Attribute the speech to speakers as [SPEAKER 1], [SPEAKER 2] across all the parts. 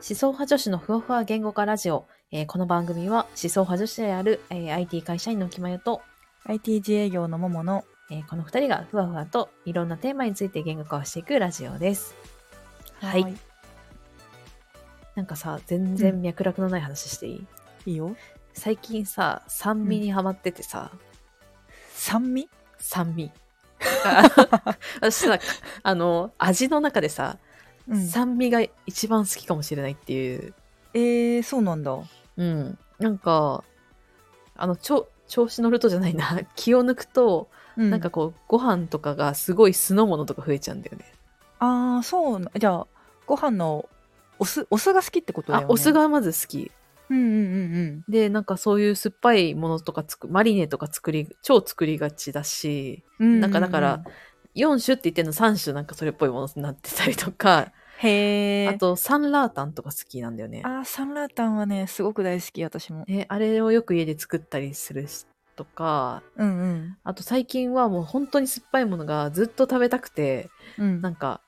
[SPEAKER 1] 思想派女子のふわふわ言語化ラジオ、えーこの番組は思想派女子である、えー IT 会社員のきまよと、
[SPEAKER 2] IT 自営業のももの
[SPEAKER 1] えーこの2人がふわふわといろんなテーマについて言語化をしていくラジオですはい
[SPEAKER 2] はーい
[SPEAKER 1] なんかさ全
[SPEAKER 2] う
[SPEAKER 1] 然脈絡のない話していい、
[SPEAKER 2] いいよ
[SPEAKER 1] 最近さ酸味にハマっててさ、
[SPEAKER 2] 酸味
[SPEAKER 1] 酸味私さあの味の中でさ、酸味が一番好きかもしれないっていう
[SPEAKER 2] えー、そうなんだ
[SPEAKER 1] うんなんかあのちょ調子乗るとじゃないな気を抜くと、
[SPEAKER 2] な
[SPEAKER 1] なんかこうご飯とかがすごい酢の物とか増えちゃうんだよね
[SPEAKER 2] ああそうなじゃあご飯のお酢お酢が好きってことだよ
[SPEAKER 1] あ
[SPEAKER 2] ね
[SPEAKER 1] お酢がまず好き
[SPEAKER 2] うんうんうんうん
[SPEAKER 1] で、なんかそういう酸っぱいものとかつく、マリネとか作り、超作りがちだし、
[SPEAKER 2] うんうんうん
[SPEAKER 1] なんかだから4種って言ってんの3種なんかそれっぽいものになってたりとか、
[SPEAKER 2] へえ
[SPEAKER 1] あとサンラータンとか好きなんだよね
[SPEAKER 2] あ。ーサンラータンはねすごく大好き私も
[SPEAKER 1] ね、あれをよく家で作ったりするしとか、
[SPEAKER 2] うんうん
[SPEAKER 1] あと最近はもう本当に酸っぱいものがずっと食べたくて、
[SPEAKER 2] うん
[SPEAKER 1] なんか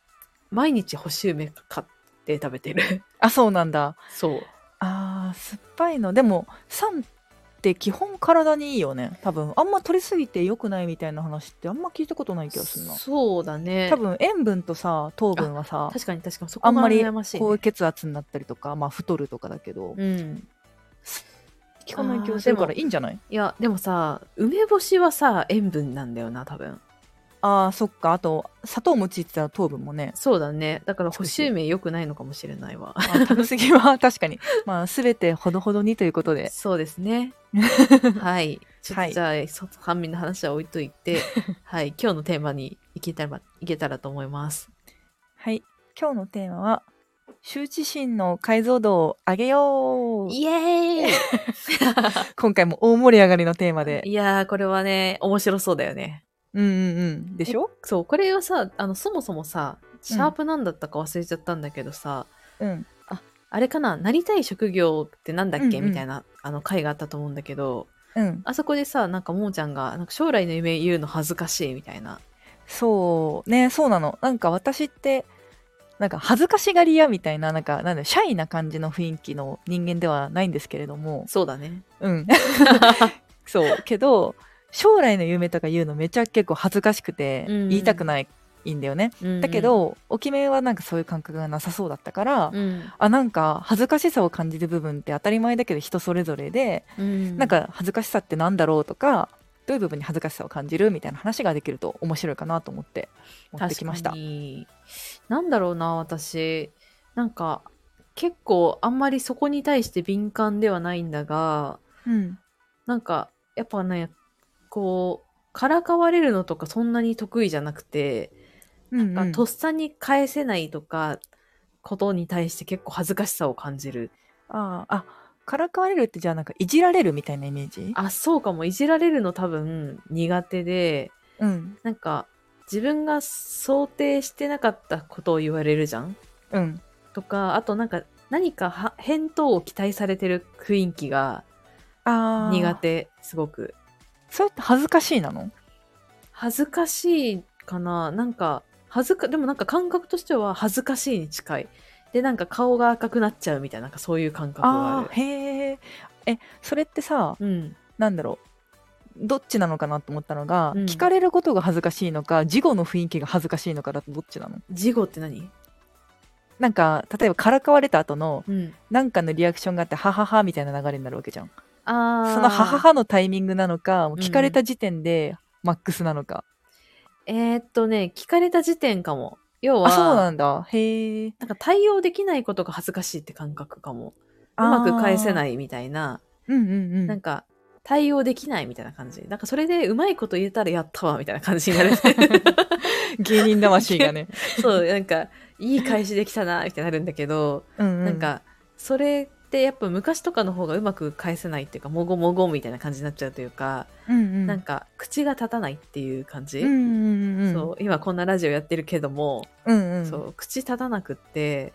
[SPEAKER 1] 毎日干し梅買って食べてる。
[SPEAKER 2] あそうなんだ
[SPEAKER 1] そう。
[SPEAKER 2] あー酸っぱいのでも酸って基本体にいいよね多分あんま取りすぎて良くないみたいな話ってあんま聞いたことない気がするな
[SPEAKER 1] そうだね。
[SPEAKER 2] 多分塩分とさ糖分はさ
[SPEAKER 1] 確かに確かにそ
[SPEAKER 2] あ
[SPEAKER 1] こ
[SPEAKER 2] ん
[SPEAKER 1] が
[SPEAKER 2] まり
[SPEAKER 1] 悩ましい、ね。
[SPEAKER 2] 高血圧になったりとか、まあ、太るとかだけど、
[SPEAKER 1] うん。
[SPEAKER 2] 基本の影響するからいいんじゃない
[SPEAKER 1] いやでもさ梅干しはさ塩分なんだよな多分
[SPEAKER 2] あーそっかあと砂糖もちってたら糖分もね
[SPEAKER 1] そうだねだから
[SPEAKER 2] 少
[SPEAKER 1] 干
[SPEAKER 2] し
[SPEAKER 1] し梅良くないのかもしれないわ
[SPEAKER 2] あ食べ過ぎは 確かにまあ全てほどほどにということで
[SPEAKER 1] そうです ねはいちょっ
[SPEAKER 2] は
[SPEAKER 1] と
[SPEAKER 2] い
[SPEAKER 1] じゃあ、そ半身の話は置いとい てはい今日のテーマにいけたらいけたらと思います
[SPEAKER 2] はい今日のテーマは羞恥心の解像度を上げよう
[SPEAKER 1] イエー
[SPEAKER 2] 今回も大盛り上がりのテーマで
[SPEAKER 1] イいやーこれはね面白そうだよね
[SPEAKER 2] うんうんうんでしょ
[SPEAKER 1] そうこれはさあのそもそもさシャープなんだったか忘れちゃったんだけどさ、
[SPEAKER 2] うん
[SPEAKER 1] あれかななりたい職業ってなんだっけ、
[SPEAKER 2] うんうん
[SPEAKER 1] みたいなあの回があったと思うんだけど
[SPEAKER 2] うん
[SPEAKER 1] あそこでさ、なんかももちゃんが、なんか将来の夢言うの恥ずかしいみたいな。
[SPEAKER 2] そうねそうなのなんか私ってなんか恥ずかしがり屋みたいななんかなんだシャイな感じの雰囲気の人間ではないんですけれども
[SPEAKER 1] そうだね。
[SPEAKER 2] うん そうけど将来の夢とか言うのめちゃ結構恥ずかしくて
[SPEAKER 1] うん
[SPEAKER 2] 言いたくないんだよね、だけ、どおきめはなんかそういう感覚がなさそうだったから、
[SPEAKER 1] うん。
[SPEAKER 2] あなんか恥ずかしさを感じる部分って当たり前だけど人それぞれで、
[SPEAKER 1] うん、
[SPEAKER 2] なん、か恥ずかしさってなんだろうとかどういう部分に恥ずかしさを感じるみたいな話ができると面白いかなと思って持ってきました
[SPEAKER 1] 確か。に。なんだろうな、私。なんか、結構あんまりそこに対して敏感ではないんだが、
[SPEAKER 2] うん、
[SPEAKER 1] なんか、やっぱね、こう、からかわれるのとかそんなに得意じゃなくて、
[SPEAKER 2] うん
[SPEAKER 1] な
[SPEAKER 2] うんん
[SPEAKER 1] かとっさに返せないとか、ことに対して結構恥ずかしさを感じる。
[SPEAKER 2] あーあからかわれるってじゃあなんかいじられるみたいなイメージ
[SPEAKER 1] あ、そうかも。いじられるの多分苦手で、
[SPEAKER 2] うん
[SPEAKER 1] なんか自分が想定してなかったことを言われるじゃん
[SPEAKER 2] うん
[SPEAKER 1] とかあとなんか何かは返答を期待されてる雰囲気が
[SPEAKER 2] あー
[SPEAKER 1] 苦手すごく
[SPEAKER 2] それって恥ずかしいなの
[SPEAKER 1] 恥ずかしいかななんか恥ずかでもなんか感覚としては恥ずかしいに近いでなんか顔が赤くなっちゃうみたいななんかそういう感覚があ
[SPEAKER 2] あ
[SPEAKER 1] る
[SPEAKER 2] ーへええそれってさ
[SPEAKER 1] うん
[SPEAKER 2] なんだろうどっちなのかなと思ったのが、
[SPEAKER 1] うん
[SPEAKER 2] 聞かれることが恥ずかしいのか事後の雰囲気が恥ずかしいのかだとどっちなの
[SPEAKER 1] 事後って何
[SPEAKER 2] なんか例えばからかわれた後の
[SPEAKER 1] うん
[SPEAKER 2] なんかのリアクションがあってはははみたいな流れになるわけじゃん
[SPEAKER 1] あー
[SPEAKER 2] そのはははのタイミングなのかもう聞かれ
[SPEAKER 1] う
[SPEAKER 2] た時点でマックスなのか、
[SPEAKER 1] えー、っとね聞かれた時点かも要
[SPEAKER 2] あそう
[SPEAKER 1] は
[SPEAKER 2] なんだへえ
[SPEAKER 1] なんか対応できないことが恥ずかしいって感覚かもうまく返せないいみたいな、
[SPEAKER 2] うんうんうん
[SPEAKER 1] なんか対応できないみたいな感じ。なんかそれでうまいこと言えたらやったわみたいな感じに なる。
[SPEAKER 2] 芸人魂がね
[SPEAKER 1] そう、なんかいい返しできたなみたいになるんだけど、
[SPEAKER 2] うん、
[SPEAKER 1] なんかそれってやっぱ昔とかの方がうまく返せないっていうか、もごもごみたいな感じになっちゃうというか、
[SPEAKER 2] うんうん、
[SPEAKER 1] なんか口が立たないっていう感じ。
[SPEAKER 2] うんうんうんうん
[SPEAKER 1] そう今こんなラジオやってるけども、
[SPEAKER 2] うんうん
[SPEAKER 1] そう口立たなくって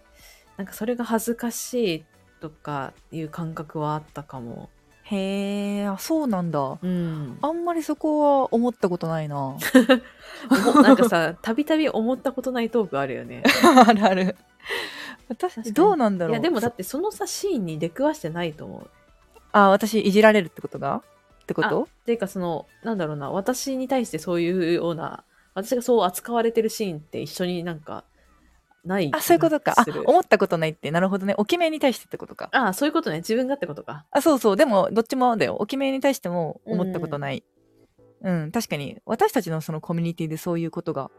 [SPEAKER 1] なんかそれが恥ずかしいとかいう感覚はあったかも、
[SPEAKER 2] へえあそうなんだ
[SPEAKER 1] うん、
[SPEAKER 2] あんまりそこは思ったことないな
[SPEAKER 1] おもなんかさ、たびたび思ったことないトークあるよね。
[SPEAKER 2] あるある
[SPEAKER 1] 確か
[SPEAKER 2] 私
[SPEAKER 1] に
[SPEAKER 2] どうなんだろ
[SPEAKER 1] い
[SPEAKER 2] うい
[SPEAKER 1] やでもだってそのさシーンに出くわしてないと思う。
[SPEAKER 2] あ私いじられるってことがってこと
[SPEAKER 1] っていうかそのなんだろうな私に対してそういうような私がそう扱われてるシーンって一緒になんかない
[SPEAKER 2] あそういうことかあ
[SPEAKER 1] 気がする
[SPEAKER 2] 思ったことないってなるほどねお決めに対してってことか
[SPEAKER 1] あそういうことね自分がってことか。
[SPEAKER 2] あそうそうでもどっちもだよお決めに対しても思ったことないうん、確かに私たちのそのコミュニティでそういうことが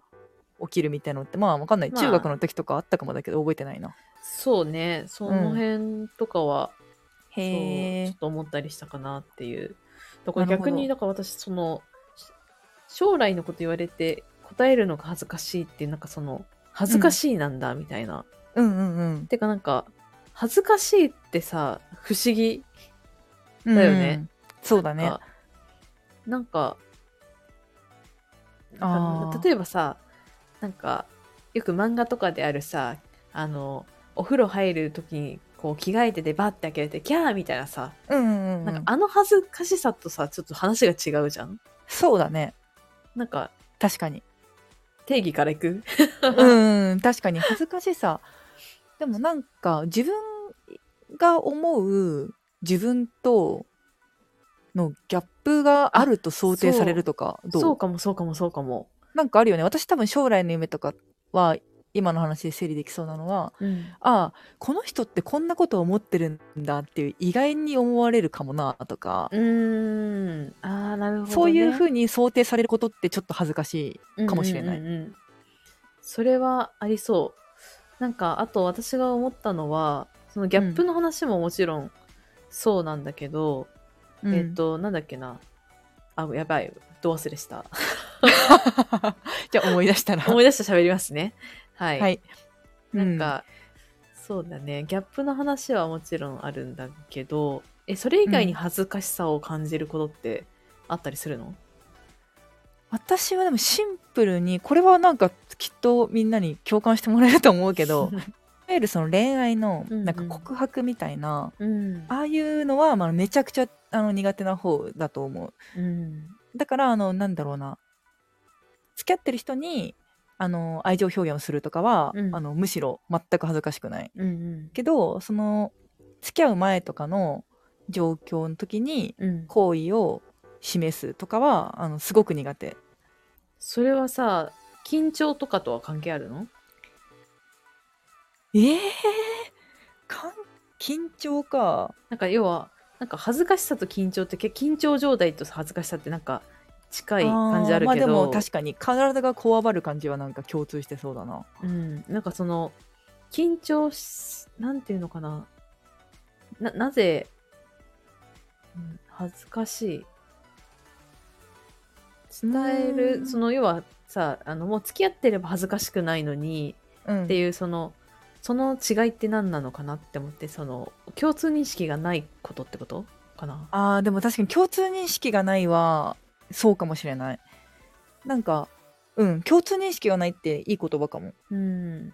[SPEAKER 2] 起きるみたいなのってまあわかんない、
[SPEAKER 1] まあ
[SPEAKER 2] 中学の時とかあったかもだけど覚えてないな
[SPEAKER 1] そうねその辺とかは、そう
[SPEAKER 2] へ
[SPEAKER 1] ちょ
[SPEAKER 2] え
[SPEAKER 1] っと思ったりしたかなっていうだから
[SPEAKER 2] なるほ
[SPEAKER 1] 逆
[SPEAKER 2] ど
[SPEAKER 1] にだから私そのし将来のこと言われて答えるのが恥ずかしいっていうなんかその恥ずかしいなんだみたいな、
[SPEAKER 2] うんうんうん
[SPEAKER 1] てかなんか恥ずかしいってさ不思議
[SPEAKER 2] うん
[SPEAKER 1] だよね
[SPEAKER 2] そうだね
[SPEAKER 1] かなんか
[SPEAKER 2] あー
[SPEAKER 1] 例えばさなんかよく漫画とかであるさあのお風呂入る時にこう着替えててバッて開けてキャーみたいなさ、
[SPEAKER 2] うんうんうん
[SPEAKER 1] なんかあの恥ずかしさとさちょっと話が違うじゃん
[SPEAKER 2] そうだね
[SPEAKER 1] なんか
[SPEAKER 2] 確かに
[SPEAKER 1] 定義からいく
[SPEAKER 2] うんうん確かに恥ずかしさでもなんか自分が思う自分とのギャップがあると想定されるとかどう
[SPEAKER 1] そうかもそうかもそうかも、
[SPEAKER 2] なんかあるよね私多分将来の夢とかは今の話で整理できそうなのはああこの人ってこんなことを思ってるんだっていう意外に思われるかもなとか、
[SPEAKER 1] うーんああなるほど、ね、
[SPEAKER 2] そういうふうに想定されることってちょっと恥ずかしいかもしれない。
[SPEAKER 1] うんうんうんうんそれはありそうなんかあと私が思ったのはそのギャップの話ももちろんそうなんだけど、えっ、
[SPEAKER 2] うん
[SPEAKER 1] となんだっけなあやばいど忘れした
[SPEAKER 2] じゃあ思い出したら。
[SPEAKER 1] 思い出して喋りますねはい、
[SPEAKER 2] はい。
[SPEAKER 1] なんか、そうだねギャップの話はもちろんあるんだけどえそれ以外に恥ずかしさを感じることってあったりするの、
[SPEAKER 2] 私はでもシンプルにこれはなんかきっとみんなに共感してもらえると思う け どいわゆるその恋愛の
[SPEAKER 1] うんうん
[SPEAKER 2] なんか告白みたいな、
[SPEAKER 1] うん
[SPEAKER 2] ああいうのはまあめちゃくちゃあの苦手な方だと思う
[SPEAKER 1] うん
[SPEAKER 2] だからあのなんだろうな付き合ってる人にあの愛情表現をするとかは、
[SPEAKER 1] うん
[SPEAKER 2] あのむしろ全く恥ずかしくない
[SPEAKER 1] うんうん
[SPEAKER 2] けどその付き合う前とかの状況の時に
[SPEAKER 1] うん
[SPEAKER 2] 好意を示すとかはあのすごく苦手
[SPEAKER 1] それはさ緊張とかとは関係あるの
[SPEAKER 2] ええかん緊張か。
[SPEAKER 1] なんか要はなんか恥ずかしさと緊張って結構緊張状態と恥ずかしさってなんか近い感じあるけど
[SPEAKER 2] ーまあでも確かに体がこわばる感じはなんか共通してそうだな。
[SPEAKER 1] うん、なんかその緊張しなんていうのかなななぜ、うん、恥ずかしい伝え
[SPEAKER 2] うー
[SPEAKER 1] る
[SPEAKER 2] ん
[SPEAKER 1] その要はさあのもう付き合ってれば恥ずかしくないのに
[SPEAKER 2] うん、
[SPEAKER 1] っていうそのその違いって何なのかなって思ってその共通認識がないことってことかな
[SPEAKER 2] あーでも確かに共通認識がないはそうかもしれない。なんかうん共通認識がないっていい言葉かも。
[SPEAKER 1] うん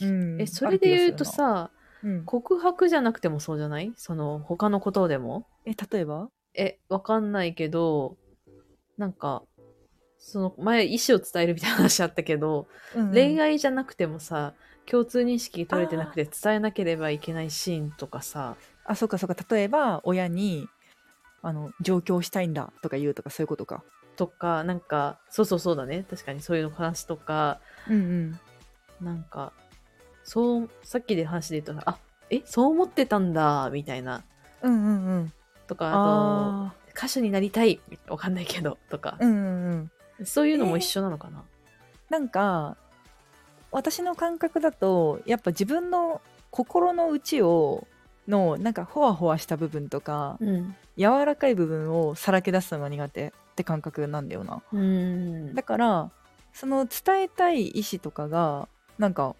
[SPEAKER 2] うん
[SPEAKER 1] えそれで言うと、さ
[SPEAKER 2] ある気がするなうん
[SPEAKER 1] 告白じゃなくてもそうじゃないその他のことでも
[SPEAKER 2] え例えば
[SPEAKER 1] え、わかんないけど、なんか、その前意思を伝えるみたいな話あったけど、恋
[SPEAKER 2] 愛
[SPEAKER 1] 愛じゃなくてもさ、共通認識取れてなくて伝えなければいけないシーンとかさ、
[SPEAKER 2] あそうかそうか例えば親にあの上京したいんだとか言うとかそういうことか。
[SPEAKER 1] とか、なんか、そうそうそうだね。確かにそういうの話とか、
[SPEAKER 2] うんうん。
[SPEAKER 1] なんか、そう、さっきで話で言ったら、あ、え、そう思ってたんだ、みたいな。
[SPEAKER 2] うんうんうん。
[SPEAKER 1] とか、あ
[SPEAKER 2] あ
[SPEAKER 1] と、歌手になりたい、わかんないけど、とか
[SPEAKER 2] あー。、うんうんうん。
[SPEAKER 1] そういうのも一緒なのかな。
[SPEAKER 2] なんか私の感覚だとやっぱ自分の心の内をのなんかほわほわした部分とか、
[SPEAKER 1] うん。
[SPEAKER 2] 柔らかい部分をさらけ出すのが苦手って感覚なんだよな
[SPEAKER 1] うん。
[SPEAKER 2] だからその伝えたい意思とかがなんか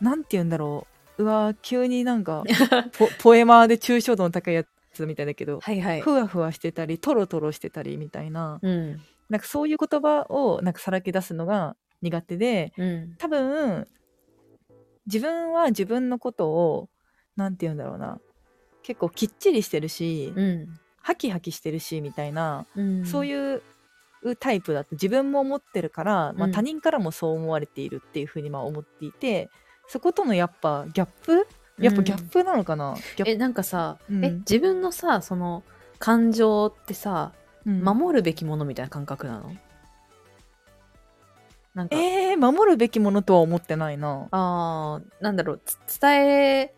[SPEAKER 2] なんて言うんだろううわー急になんかポポエマーで抽象度の高いやつみたいだけ ど、
[SPEAKER 1] はいはい
[SPEAKER 2] ふ。わふわしてたりトロトロしてたりみたいな
[SPEAKER 1] うん。
[SPEAKER 2] なんかそういう言葉をなんかさらけ出すのが苦手で
[SPEAKER 1] うん。
[SPEAKER 2] 多分自分は自分のことをなんて言うんだろうな結構きっちりしてるし、
[SPEAKER 1] うん。
[SPEAKER 2] ハキハキしてるしみたいな、
[SPEAKER 1] うん、
[SPEAKER 2] そ
[SPEAKER 1] う
[SPEAKER 2] ういうタイプだって自分も思ってるから、まあ、
[SPEAKER 1] うん
[SPEAKER 2] 他人からもそう思われているっていうふうにまあ思っていて、そことのやっぱギャップやっぱギャップなのかな、ギャッ
[SPEAKER 1] えなんかさ、
[SPEAKER 2] うん
[SPEAKER 1] え自分のさその感情ってさ
[SPEAKER 2] プ、うん
[SPEAKER 1] 守るべきものみたいな感覚なのなんか、
[SPEAKER 2] えー、守るべきものとは思ってないな
[SPEAKER 1] あーなんだろうつ伝え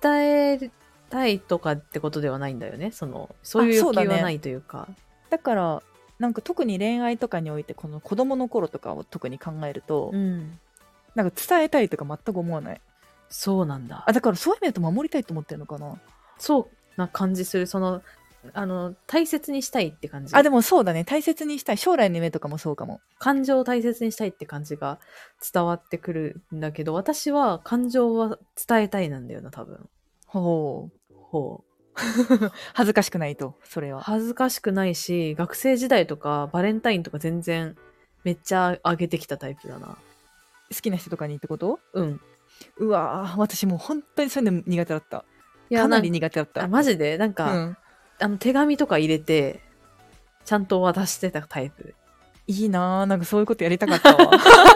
[SPEAKER 1] 伝えたいとかってことではないんだよねそのそういう
[SPEAKER 2] あそう
[SPEAKER 1] 欲
[SPEAKER 2] だ
[SPEAKER 1] 求
[SPEAKER 2] ね
[SPEAKER 1] はないというか
[SPEAKER 2] だからなんか特に恋愛とかにおいてこの子供の頃とかを特に考えると、
[SPEAKER 1] うん
[SPEAKER 2] なんか伝えたいとか全く思わない
[SPEAKER 1] そうなんだ
[SPEAKER 2] あだからそういう意味だと守りたいと思ってるのかな
[SPEAKER 1] そうな感じするそのあの大切にしたいって感じ
[SPEAKER 2] あでもそうだね大切にしたい将来の夢とかもそうかも
[SPEAKER 1] 感情を大切にしたいって感じが伝わってくるんだけど私は感情は伝えたいなんだよな多分
[SPEAKER 2] ほう
[SPEAKER 1] ほう
[SPEAKER 2] 恥ずかしくないとそれは
[SPEAKER 1] 恥ずかしくないし学生時代とかバレンタインとか全然めっちゃ上げてきたタイプだな
[SPEAKER 2] 好きな人とかにってこと
[SPEAKER 1] うん
[SPEAKER 2] うわー私もう本当にそういうの苦手だった
[SPEAKER 1] い
[SPEAKER 2] かなり
[SPEAKER 1] ん
[SPEAKER 2] 苦手だった
[SPEAKER 1] あマジでなんか、
[SPEAKER 2] うん
[SPEAKER 1] あの手紙とか入れてちゃんと渡してたタイプ
[SPEAKER 2] いいなーなんかそういうことやりたかったわ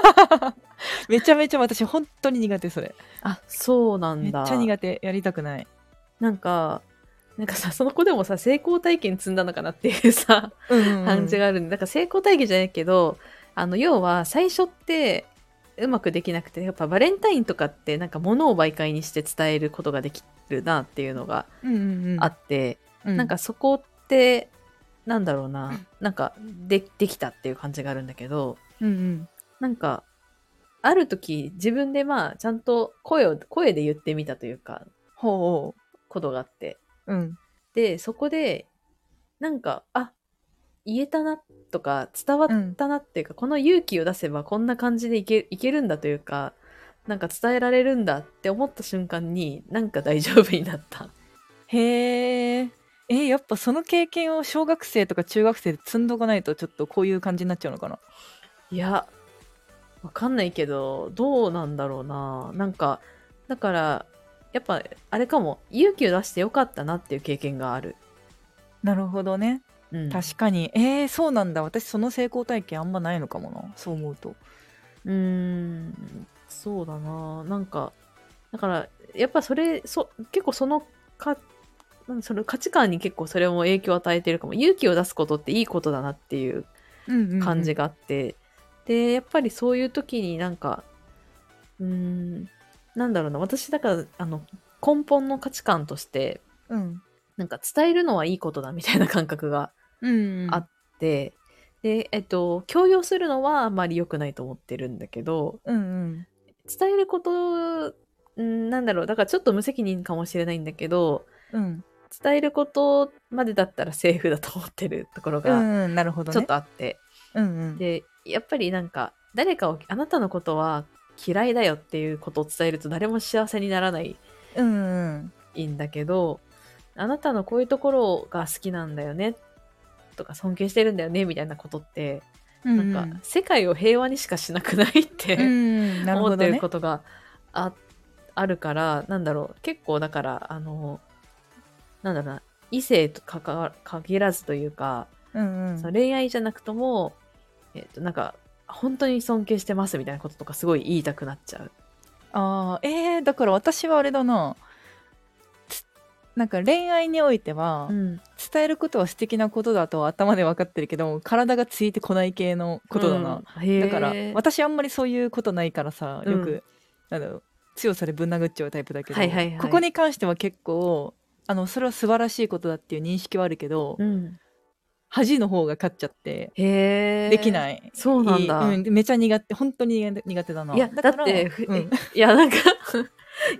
[SPEAKER 2] めちゃめちゃ私本当に苦手それ
[SPEAKER 1] あそうな
[SPEAKER 2] め
[SPEAKER 1] ん
[SPEAKER 2] っち
[SPEAKER 1] だ
[SPEAKER 2] ゃ苦手やりたくない
[SPEAKER 1] なんかなんかさその子でもさ成功体験積んだのかなっていうさ感
[SPEAKER 2] 感
[SPEAKER 1] じがあるんで、なんか成功体験じゃないけどあの要は最初ってうまくできなくてやっぱバレンタインとかってなんか物を媒介にして伝えることができるなっていうのが
[SPEAKER 2] うんうんうん
[SPEAKER 1] あって、
[SPEAKER 2] うん
[SPEAKER 1] なんかそこってなんだろうな、なんかでできたっていう感じがあるんだけど
[SPEAKER 2] うんうん
[SPEAKER 1] なんかある時自分でまあちゃんと声を声で言ってみたというか
[SPEAKER 2] ほ
[SPEAKER 1] ことがあって
[SPEAKER 2] ううん
[SPEAKER 1] でそこでなんかあ言えたなとか伝わったなっていうか、この勇気を出せばこんな感じでいけいけるんだというかなんか伝えられるんだって思った瞬間になんか大丈夫になった
[SPEAKER 2] へーえーやっぱその経験を小学生とか中学生で積んどかないとちょっとこういう感じになっちゃうのかない
[SPEAKER 1] やわかんないけどどうなんだろうななんかだからやっぱあれかも勇気を出してよかったなっていう経験がある、
[SPEAKER 2] なるほどね
[SPEAKER 1] うん、
[SPEAKER 2] 確かにえー、そうなんだ私その成功体験あんまないのかもなそう思うと
[SPEAKER 1] うーん、そうだな。なんか、だから、やっぱそれ、そ結構そのか、なんその価値観に結構それも影響を与えてるかも。勇気を出すことっていいことだなっていう感じ
[SPEAKER 2] が
[SPEAKER 1] があって。で、やっぱりそういう時になんか、うーん、なんだろうな。私、だから、あの、根本の価値観として、
[SPEAKER 2] うん
[SPEAKER 1] なんか伝えるのはいいことだみたいな感覚が
[SPEAKER 2] うん
[SPEAKER 1] あって、で、えっと、強要するのはあんまり良くないと思ってるんだけど、
[SPEAKER 2] うん
[SPEAKER 1] 伝えることうんなんだろうだからちょっと無責任かもしれないんだけど
[SPEAKER 2] うんうん
[SPEAKER 1] 伝えることまでだったらセーフだと思ってるところ
[SPEAKER 2] う
[SPEAKER 1] が
[SPEAKER 2] んうんなるほどね
[SPEAKER 1] ちょっとあって、
[SPEAKER 2] うんうん
[SPEAKER 1] でやっぱりなんか誰かをあなたのことは嫌いだよっていうことを伝えると誰も幸せにならない
[SPEAKER 2] うんうん
[SPEAKER 1] んだけどあなたのこういうところが好きなんだよねとか尊敬してるんだよねみたいなことって、
[SPEAKER 2] うん
[SPEAKER 1] なんか世界を平和にしかしなくないって、
[SPEAKER 2] うんなる
[SPEAKER 1] 思
[SPEAKER 2] ほ
[SPEAKER 1] っ
[SPEAKER 2] ど
[SPEAKER 1] てる
[SPEAKER 2] ね
[SPEAKER 1] ことがあ,、あるからなんだろう結構だからあのなんだろうな異性とかかわ限らずというか、
[SPEAKER 2] うんうん
[SPEAKER 1] その恋愛じゃなくとも、えっとなんか本当に尊敬してますみたいなこととかすごい言いたくなっちゃう。
[SPEAKER 2] あーえー、だから私はあれだなつなんか恋愛においては、
[SPEAKER 1] ん、
[SPEAKER 2] 伝えることは素敵なことだとは頭で分かってるけど体がついてこない系のことだな、
[SPEAKER 1] うん。へー
[SPEAKER 2] だから私あんまりそういうことないからさよく、あの強さでぶん殴っちゃうタイプだけど、
[SPEAKER 1] はいはいはい
[SPEAKER 2] ここに関しては結構あのそれは素晴らしいことだっていう認識はあるけど、
[SPEAKER 1] うん、
[SPEAKER 2] 恥の方が勝っちゃって
[SPEAKER 1] へえ
[SPEAKER 2] でき
[SPEAKER 1] い。
[SPEAKER 2] ない。
[SPEAKER 1] そうなんだ。
[SPEAKER 2] いいうんめちゃ苦手本当に苦手だない
[SPEAKER 1] や、だ
[SPEAKER 2] から
[SPEAKER 1] って、ふ
[SPEAKER 2] うん
[SPEAKER 1] い や、なんか、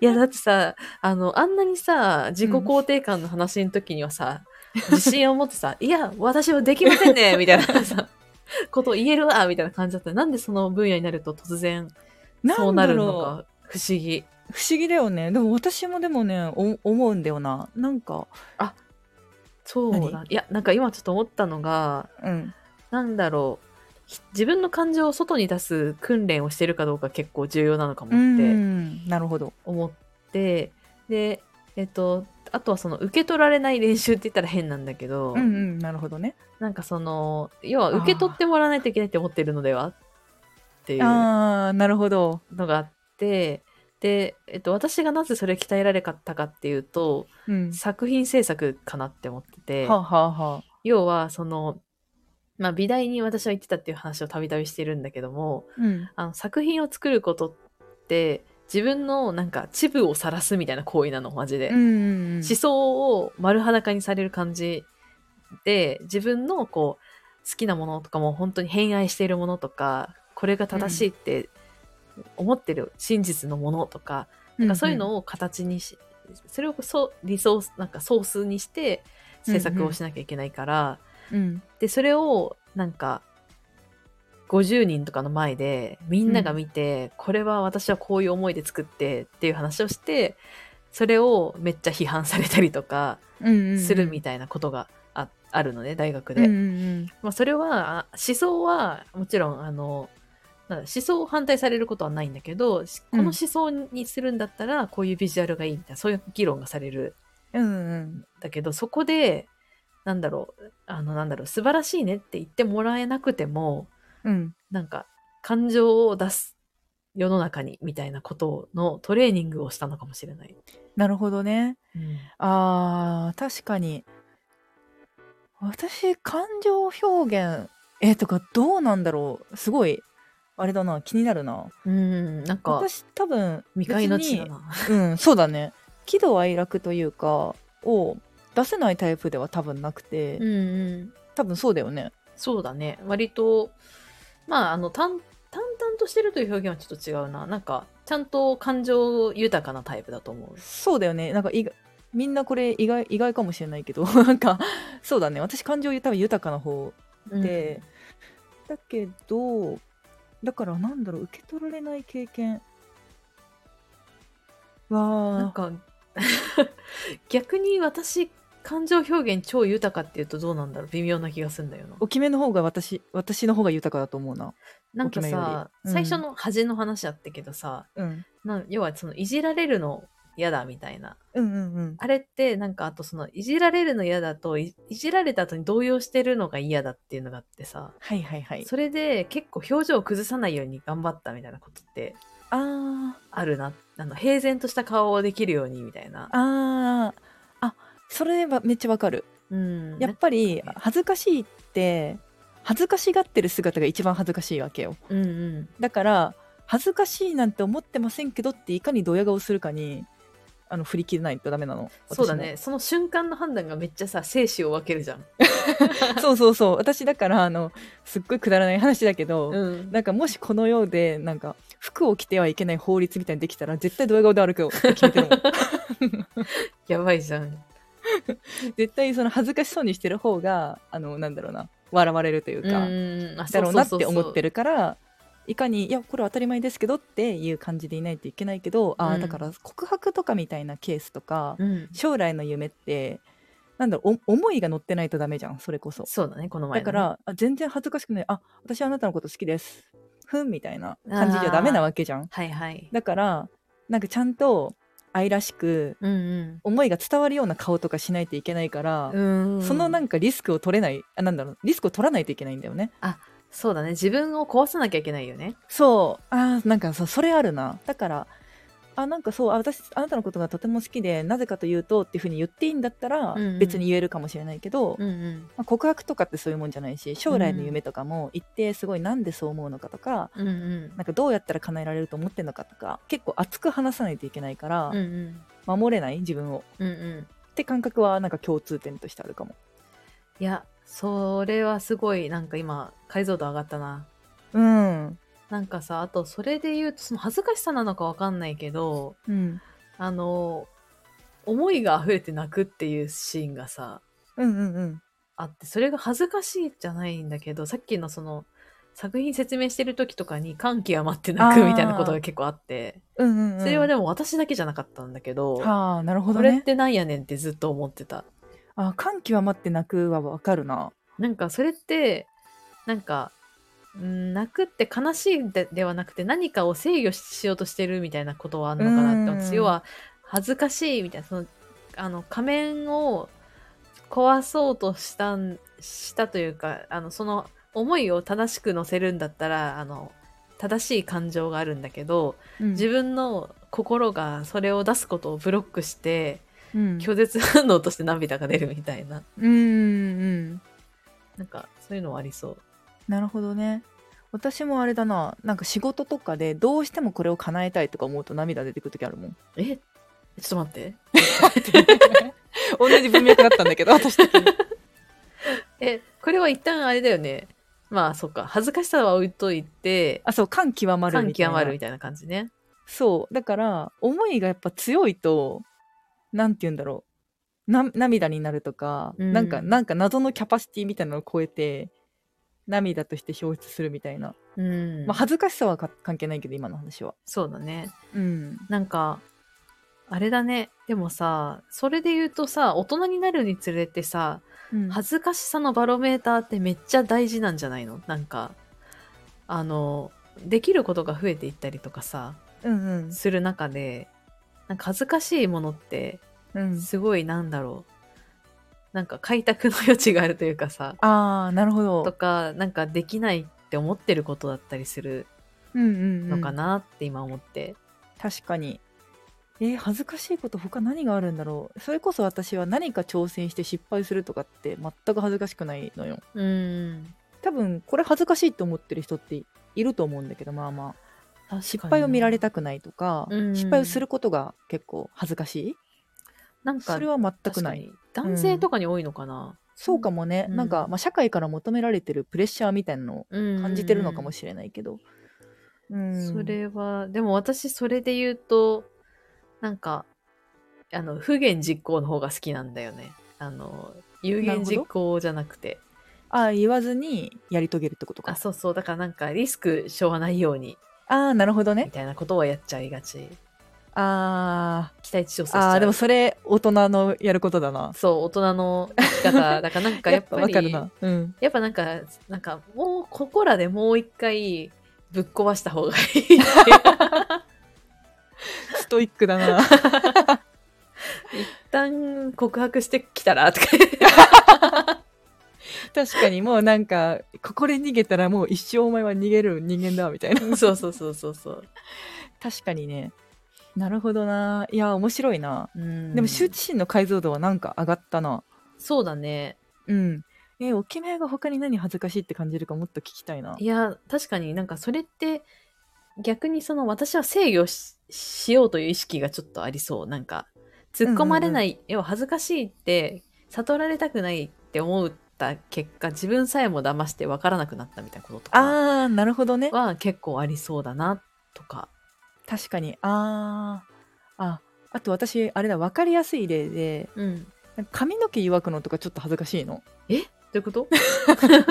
[SPEAKER 1] いや、だってさ、あの、あんなにさ、自己肯定感の話の時にはさ、自信を持ってさ、いや、私はできません ね、みたいなさ、ことを言えるわ、みたいな感じだった。なんでその分野になると突然、
[SPEAKER 2] なんだろ
[SPEAKER 1] そうなるのか、不思議。
[SPEAKER 2] 不思議だよねでも私もでもねお思うんだよななんか
[SPEAKER 1] そうだ。いや、なんか今ちょっと思ったのが、
[SPEAKER 2] うん
[SPEAKER 1] なんだろう、ひ自分の感情を外に出す訓練をしてるかどうか結構重要なのかも
[SPEAKER 2] う
[SPEAKER 1] って。
[SPEAKER 2] んなるほど
[SPEAKER 1] 思ってでえっとあとはその受け取られない練習って言ったら変なんだけど、
[SPEAKER 2] うんうんなるほどね
[SPEAKER 1] なんかその要は受け取ってもらわないといけないって思ってるのではっていう
[SPEAKER 2] あーなるほど
[SPEAKER 1] のがあってで、えっと、私がなぜそれ鍛えられかったかっていうと、
[SPEAKER 2] うん
[SPEAKER 1] 作品制作かなって思ってて、
[SPEAKER 2] はあ、はあはあ、
[SPEAKER 1] 要はその、まあ、美大に私は行ってたっていう話をたびたびしてるんだけども
[SPEAKER 2] うん、
[SPEAKER 1] あの作品を作ることって自分のなんか恥部を晒すみたいな行為なのマジで、
[SPEAKER 2] うんうんうん
[SPEAKER 1] 思想を丸裸にされる感じで自分のこう好きなものとかも本当に偏愛しているものとかこれが正しいって思ってる真実のものとか,、なんかそういうのを形にしそれをそうリソースなんかソースにして制作をしなきゃいけないから、
[SPEAKER 2] うん
[SPEAKER 1] でそれをなんか50人とかの前でみんなが見て、これは私はこういう思いで作ってっていう話をしてそれをめっちゃ批判されたりとか
[SPEAKER 2] うんうん、
[SPEAKER 1] するみ
[SPEAKER 2] た
[SPEAKER 1] たいなことがあ,、あるのね大学
[SPEAKER 2] い
[SPEAKER 1] で。
[SPEAKER 2] うんうん
[SPEAKER 1] まあ、それはあ思想はもちろんあのなんだ思想を反対されることはないんだけどしこ
[SPEAKER 2] うん
[SPEAKER 1] の思想にするんだったらこういうビジュアルがいいみたいなそういう議論がされる
[SPEAKER 2] うんうんうん
[SPEAKER 1] だけどそこでなんだろうあのなんだろう素晴らしいねって言ってもらえなくても
[SPEAKER 2] うん
[SPEAKER 1] なんか感情を出す世の中にみたいなことのトレーニングをしたのかもしれない。
[SPEAKER 2] なるほどね
[SPEAKER 1] うん
[SPEAKER 2] あー確かに私感情表現えー、とかどうなんだろうすごいあれだな気になるな
[SPEAKER 1] うん、なんか
[SPEAKER 2] 私多分
[SPEAKER 1] 未開の地
[SPEAKER 2] 別
[SPEAKER 1] だ
[SPEAKER 2] に
[SPEAKER 1] な。
[SPEAKER 2] うんそうだね喜怒哀楽というかを出せないタイプでは多分なくて、
[SPEAKER 1] うんうん、
[SPEAKER 2] 多分そうだよね
[SPEAKER 1] そうだね割とまああの淡淡々としてるという表現はちょっと違うななんかちゃんと感情豊かなタイプだと思う。
[SPEAKER 2] そうだよねなんか意外みんなこれ意外意外かもしれないけど なんかそうだね私感情多分豊かな方で、だけどだからなんだろう受け取られない経験
[SPEAKER 1] うん、なん
[SPEAKER 2] わあ
[SPEAKER 1] か 逆に私感情表現超豊かっていうとどうなんだろう微妙な気がするんだよな。
[SPEAKER 2] お決めの方が私私の方が豊かだと思うな
[SPEAKER 1] なんかさ、
[SPEAKER 2] 大人よりうん
[SPEAKER 1] 最初の恥の話だったけどさ
[SPEAKER 2] うん
[SPEAKER 1] なん要はそのいじられるの嫌だみたいな
[SPEAKER 2] うんうんうん
[SPEAKER 1] あれってなんかあとそのいじられるの嫌だといいじられた後に動揺してるのが嫌だっていうのがあってさ、
[SPEAKER 2] はいはいはい
[SPEAKER 1] それで結構表情を崩さないように頑張ったみたいなことって
[SPEAKER 2] あー
[SPEAKER 1] あるなあの平然とした顔をできるようにみたいな、
[SPEAKER 2] あーあそれはめっちゃわかる
[SPEAKER 1] うん、
[SPEAKER 2] やっぱり恥ずかしいって恥ずかしがってる姿が一番恥ずかしいわけよ
[SPEAKER 1] うんうん
[SPEAKER 2] だから恥ずかしいなんて思ってませんけどっていかにドヤ顔するかにあの振り切れないとダメなの
[SPEAKER 1] そうだ
[SPEAKER 2] 私の
[SPEAKER 1] ねその瞬間の判断がめっちゃさ生死を分けるじゃん、
[SPEAKER 2] そうそうそう私だからあのすっごいくだらない話だけど、
[SPEAKER 1] うん、
[SPEAKER 2] なんかもしこの世でなんか服を着てはいけない法律みたいにできたら絶対ドヤ顔で歩くよって決めてる もん
[SPEAKER 1] やばいじゃん
[SPEAKER 2] 絶対その恥ずかしそうにしてる方があのなんだろうな笑われるという
[SPEAKER 1] うん
[SPEAKER 2] か、
[SPEAKER 1] うんあ
[SPEAKER 2] だろうなっ
[SPEAKER 1] そ
[SPEAKER 2] て
[SPEAKER 1] そ
[SPEAKER 2] 思
[SPEAKER 1] そ
[SPEAKER 2] ってるからいかにいやこれは当たり前ですけどっていう感じでいないといけないけど、
[SPEAKER 1] う
[SPEAKER 2] ああ
[SPEAKER 1] ん
[SPEAKER 2] だから告白とかみたいなケースとか、
[SPEAKER 1] う、うん、
[SPEAKER 2] 将来の夢ってなんだろうお思いが乗ってないとダメじゃんそれこそ
[SPEAKER 1] そうだねこの前
[SPEAKER 2] だ
[SPEAKER 1] のね
[SPEAKER 2] からあ全然恥ずかしくないあ私はあなたのこと好きですふんみたいな感じじゃダメなわけじゃん
[SPEAKER 1] はいはい
[SPEAKER 2] だからなんかちゃんと愛らしく
[SPEAKER 1] うんうん
[SPEAKER 2] 思いが伝わるような顔とかしないといけないから、
[SPEAKER 1] うん
[SPEAKER 2] そのなんんかリスクを取れないあなんだろうリスクを取らないといけないんだよね
[SPEAKER 1] そうだね自分を壊さなきゃいけないよね
[SPEAKER 2] そうあーなんかそうそれあるなだからあなんかそうあ私あなたのことがとても好きでなぜかというとっていうふうに言っていいんだったら
[SPEAKER 1] うんうん
[SPEAKER 2] 別に言えるかもしれないけど、
[SPEAKER 1] うんうん
[SPEAKER 2] まあ、告白とかってそういうもんじゃないし将来の夢とかも一定すごいなんでそう思うのかとか、
[SPEAKER 1] うんうん
[SPEAKER 2] なんかどうやったら叶えられると思ってんのかとか結構熱く話さないといけないから
[SPEAKER 1] うんう、ん
[SPEAKER 2] 守れない自分を
[SPEAKER 1] うんうん
[SPEAKER 2] って感覚はなんか共通点としてあるかも。
[SPEAKER 1] いやそれはすごいなんか今解像度上がったな
[SPEAKER 2] うん、
[SPEAKER 1] なんかさあとそれで言うとその恥ずかしさなのかわかんないけど
[SPEAKER 2] うん、
[SPEAKER 1] あの思いが溢れて泣くっていうシーンがさ
[SPEAKER 2] うんうんうん
[SPEAKER 1] あってそれが恥ずかしいじゃないんだけどさっきのその作品説明してる時とかに歓喜余って泣くみたいなことが結構あって
[SPEAKER 2] うんうんうん
[SPEAKER 1] それはでも私だけじゃなかったんだけど、
[SPEAKER 2] はあなるほど
[SPEAKER 1] これっ
[SPEAKER 2] ね。
[SPEAKER 1] てなんやねんってずっと思ってた
[SPEAKER 2] あ歓喜は待って泣くはわかるな。
[SPEAKER 1] なんかそれってなんかうん泣くって悲しいでではなくて何かを制御しようとしてるみたいなことはあるのかなって
[SPEAKER 2] うん
[SPEAKER 1] 思って要は恥ずかしいみたいなそのあの仮面を壊そうとしたんしたというかあのその思いを正しく乗せるんだったらあの正しい感情があるんだけど、
[SPEAKER 2] うん
[SPEAKER 1] 自分の心がそれを出すことをブロックして、
[SPEAKER 2] うん
[SPEAKER 1] 拒絶反応として涙が出るみたいな。
[SPEAKER 2] うんうん
[SPEAKER 1] なんか、そういうのはありそう。
[SPEAKER 2] なるほどね私もあれだななんか仕事とかでどうしてもこれを叶えたいとか思うと涙出てくる時あるもん
[SPEAKER 1] えちょっと待って。
[SPEAKER 2] 同じ文脈だったんだけど私的に
[SPEAKER 1] え、これは一旦あれだよね。まあ、そっか。恥ずかしさは置いといて、
[SPEAKER 2] あそう感極まる
[SPEAKER 1] 感
[SPEAKER 2] みたい
[SPEAKER 1] 極
[SPEAKER 2] な
[SPEAKER 1] まるみたいな感じね。
[SPEAKER 2] そうだから思いがやっぱ強いとなんて言うんだろうな涙になるとか、
[SPEAKER 1] うん
[SPEAKER 2] なんかなんか謎のキャパシティみたいなのを超えて涙として表出するみたいな、
[SPEAKER 1] うん。
[SPEAKER 2] まあ、恥ずかしさはか関係ないけど今の話は
[SPEAKER 1] そうだね。
[SPEAKER 2] うん
[SPEAKER 1] なんか、あれだね。でもさ、それで言うとさ、大人になるにつれてさ、
[SPEAKER 2] うん
[SPEAKER 1] 恥ずかしさのバロメーターってめっちゃ大事なんじゃないのなんか、あの、できることが増えていったりとかさ、
[SPEAKER 2] うんうん
[SPEAKER 1] する中で、なんか恥ずかしいものって、
[SPEAKER 2] うん
[SPEAKER 1] すごいなんだろう。なんか開拓の余地があるというかさ、
[SPEAKER 2] ああなるほ
[SPEAKER 1] と
[SPEAKER 2] ど
[SPEAKER 1] か、なんかできないって思ってることだったりする
[SPEAKER 2] うんうんう
[SPEAKER 1] の
[SPEAKER 2] ん
[SPEAKER 1] かなって今思って。
[SPEAKER 2] 確かにえー恥ずかしいこと他何があるんだろうそれこそ私は何か挑戦して失敗するとかって全く恥ずかしくないのよ
[SPEAKER 1] うん。
[SPEAKER 2] 多分これ恥ずかしいと思ってる人っていると思うんだけどまあまあ失
[SPEAKER 1] 失
[SPEAKER 2] 敗を見られたくないとか、
[SPEAKER 1] うん
[SPEAKER 2] 失敗をすることが結構恥ずかし
[SPEAKER 1] なん
[SPEAKER 2] い
[SPEAKER 1] か
[SPEAKER 2] それは全く
[SPEAKER 1] 確か
[SPEAKER 2] ない
[SPEAKER 1] に男性とかに多いのかな、
[SPEAKER 2] そうかもね、
[SPEAKER 1] うん
[SPEAKER 2] なんか、まあ、社会から求められてるプレッシャーみたいなのを感じてるのかも
[SPEAKER 1] し
[SPEAKER 2] しれないけど、うん、
[SPEAKER 1] それはでも私それで言うとなんかあの不言実行の方が好きなんだよねあの有言実行じゃなくて
[SPEAKER 2] あ言わずにやり遂げるってこと
[SPEAKER 1] あ
[SPEAKER 2] か
[SPEAKER 1] そうそうだからなんかリスクしょうがないように
[SPEAKER 2] ああなるほど
[SPEAKER 1] み
[SPEAKER 2] ね
[SPEAKER 1] たいなことはやっちゃいがち
[SPEAKER 2] あー
[SPEAKER 1] 期待値調整しちゃう
[SPEAKER 2] あーでもそれ大人のやることだな
[SPEAKER 1] そう大人の生き方だからなん かやっぱり
[SPEAKER 2] わかるな、うん、
[SPEAKER 1] やっぱなんかなんかもうここらでもう一回ぶっ壊した方がいい っていう
[SPEAKER 2] ストイック だな
[SPEAKER 1] 一旦告白してきたらとか
[SPEAKER 2] 確かにもうなんかここで逃げたらもう一生お前は逃げる人間だみたいな
[SPEAKER 1] そうそうそうそうそう、
[SPEAKER 2] 確かにねなるほどないや面白いな、
[SPEAKER 1] うん
[SPEAKER 2] でも羞恥心の解像度はなんか上がったな
[SPEAKER 1] そうだね
[SPEAKER 2] うんえおきめが他に何恥ずかしいって感じるかもっと聞きたいない
[SPEAKER 1] や確かになんかそれって逆にその私は制御ししようという意識がちょっとありそうなんか突っ込まれない、要は恥ずかしいって悟られたくないって思った結果自分さえも騙して分からなくなったみたいなこととか
[SPEAKER 2] あーなるほどね
[SPEAKER 1] は結構ありそうだなとか
[SPEAKER 2] 確かにあーああと私あれだ分かりやすい例で
[SPEAKER 1] うんど
[SPEAKER 2] なんか髪の毛湯わくのとかちょっと恥ずかしいの
[SPEAKER 1] ういうこと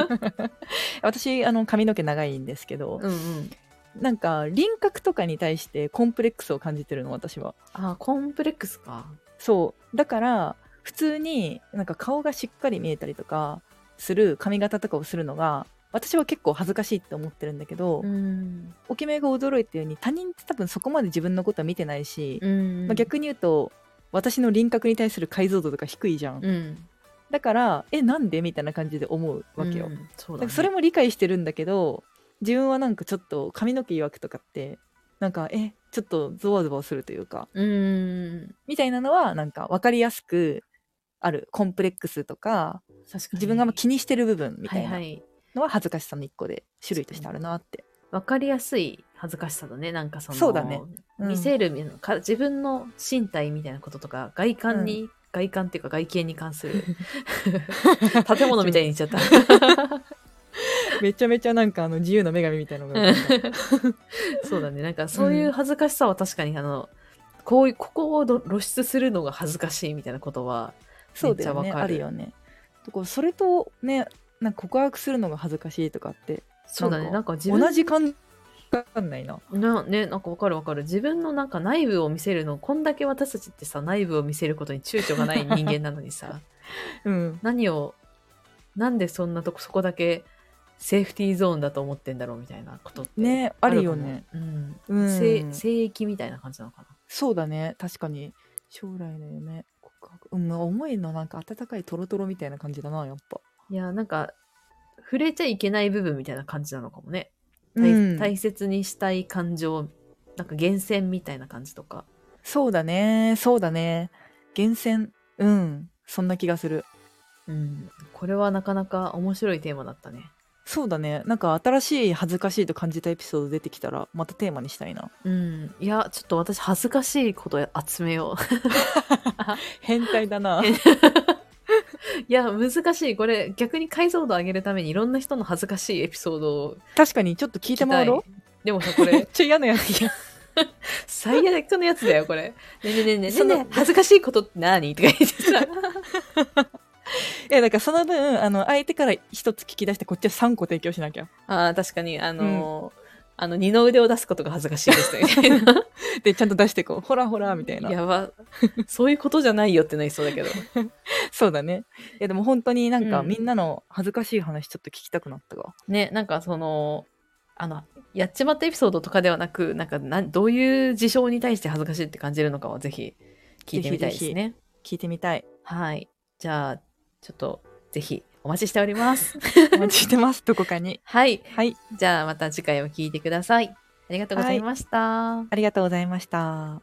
[SPEAKER 2] 私あの髪の毛長いんですけど、
[SPEAKER 1] うんうん
[SPEAKER 2] なんか輪郭とかに対してコンプレックスを感じてるの私は
[SPEAKER 1] あコンプレックスか
[SPEAKER 2] そうだから普通になんか顔がしっかり見えたりとかする髪型とかをするのが私は結構恥ずかしいって思ってるんだけど、
[SPEAKER 1] ん、
[SPEAKER 2] おきめが驚いたように他人って多分そこまで自分のことは見てないし、
[SPEAKER 1] うん
[SPEAKER 2] まあ、逆に言うと私の輪郭に対する解像度とか低いじゃん、
[SPEAKER 1] うん
[SPEAKER 2] だからえなんでみたいな感じで思うわけよ、
[SPEAKER 1] うんそうだね
[SPEAKER 2] だからそれも理解してるんだけど自分はなんかちょっと髪の毛曰くとかってなんかえちょっとゾワゾワするというか
[SPEAKER 1] うーん
[SPEAKER 2] みたいなのはなんか分かりやすくあるコンプレックスとか
[SPEAKER 1] 確かに
[SPEAKER 2] 自分があんま気にしてる部分みたい
[SPEAKER 1] は
[SPEAKER 2] ない
[SPEAKER 1] はい
[SPEAKER 2] のは恥ずかしさの一個で種類としてあるなって、
[SPEAKER 1] わかりやすい恥ずかしさだねなんかその
[SPEAKER 2] そうだねうん
[SPEAKER 1] 見せるみたいなか自分の身体みたいなこととか外観に、外観っていうか外見に関す る建物みたいに言っちゃった
[SPEAKER 2] めちゃめちゃなんかあの自由の女神みたいなのが、
[SPEAKER 1] そうだねなんかそういう恥ずかしさは確かにあのこういうここをど露出するのが恥ずかしいみたいなことは
[SPEAKER 2] そうだよ
[SPEAKER 1] め
[SPEAKER 2] ね
[SPEAKER 1] っちゃわかる
[SPEAKER 2] あるよねとこうそれとねなんか告白するのが恥ずかしいとかって
[SPEAKER 1] そうだねなんか自分
[SPEAKER 2] 同じ感じわかんないな
[SPEAKER 1] なねなんかわかるわかる自分のなんか内部を見せるのこんだけ私たちってさ内部を見せることに躊躇がない人間なのにさ
[SPEAKER 2] うん
[SPEAKER 1] 何をなんでそんなとこそこだけセーフティーゾーンだと思ってんだろうみたいなことって
[SPEAKER 2] ねあるよね
[SPEAKER 1] あるかもうん、
[SPEAKER 2] うん
[SPEAKER 1] 性性域みたいな感じなのか
[SPEAKER 2] そうだね確かに将来の夢告白うん思いのなんか温かいトロトロみたいな感じだなやっぱ、
[SPEAKER 1] ないやなんか触れちゃいけない部分みたいな感じなのかもね、大
[SPEAKER 2] うん
[SPEAKER 1] 大切にしたい感情なんか厳選みたいな感じとか
[SPEAKER 2] そうだねそうだね厳選うんそんな気がする
[SPEAKER 1] うんこれはなかなか面白いテーマだったね
[SPEAKER 2] そうだねなんか新しい恥ずかしいと感じたエピソード出てきたらまたテーマにしたいな
[SPEAKER 1] うんいやちょっと私恥ずかしいこと集めよ
[SPEAKER 2] 変態だな
[SPEAKER 1] う いや難しいこれ逆に解像度上げるためにいろんな人の恥ずかしいエピソードを
[SPEAKER 2] 確かにちょっと聞いてもらおう
[SPEAKER 1] 聞きたいでもさこ
[SPEAKER 2] めっ
[SPEAKER 1] れ
[SPEAKER 2] ちゃ嫌なやつ じゃん
[SPEAKER 1] 最悪のやつだよこれねえねえねえねえねえ
[SPEAKER 2] その
[SPEAKER 1] ねえ恥ずかしいことって何とか言ってさ
[SPEAKER 2] いやだからその分あの相手から一つ聞き出してこっちは3個提供しなきゃ
[SPEAKER 1] あー確かにあのーあの二の腕を出すことが恥ずかしいですみたいな
[SPEAKER 2] でちゃんと出していこうほらほらみたい な
[SPEAKER 1] やばそういうことじゃないよってなりそうだけど
[SPEAKER 2] そうだねいやでも本当になんか、
[SPEAKER 1] うん
[SPEAKER 2] みんなの恥ずかしい話ちょっと聞きたくなったが
[SPEAKER 1] ねなんかそのあのやっちまったエピソードとかではなくなんかなんどういう事象に対して恥ずかしいって感じるのかはぜひ聞いてみたいです
[SPEAKER 2] ぜひぜ
[SPEAKER 1] ね
[SPEAKER 2] 聞いてみたい
[SPEAKER 1] はいじゃあちょっとぜひお待ちしております
[SPEAKER 2] お待ちしてますどこかに
[SPEAKER 1] はい
[SPEAKER 2] はい
[SPEAKER 1] じゃあまた次回も聞いてくださいありがとうございました、
[SPEAKER 2] ありがとうございました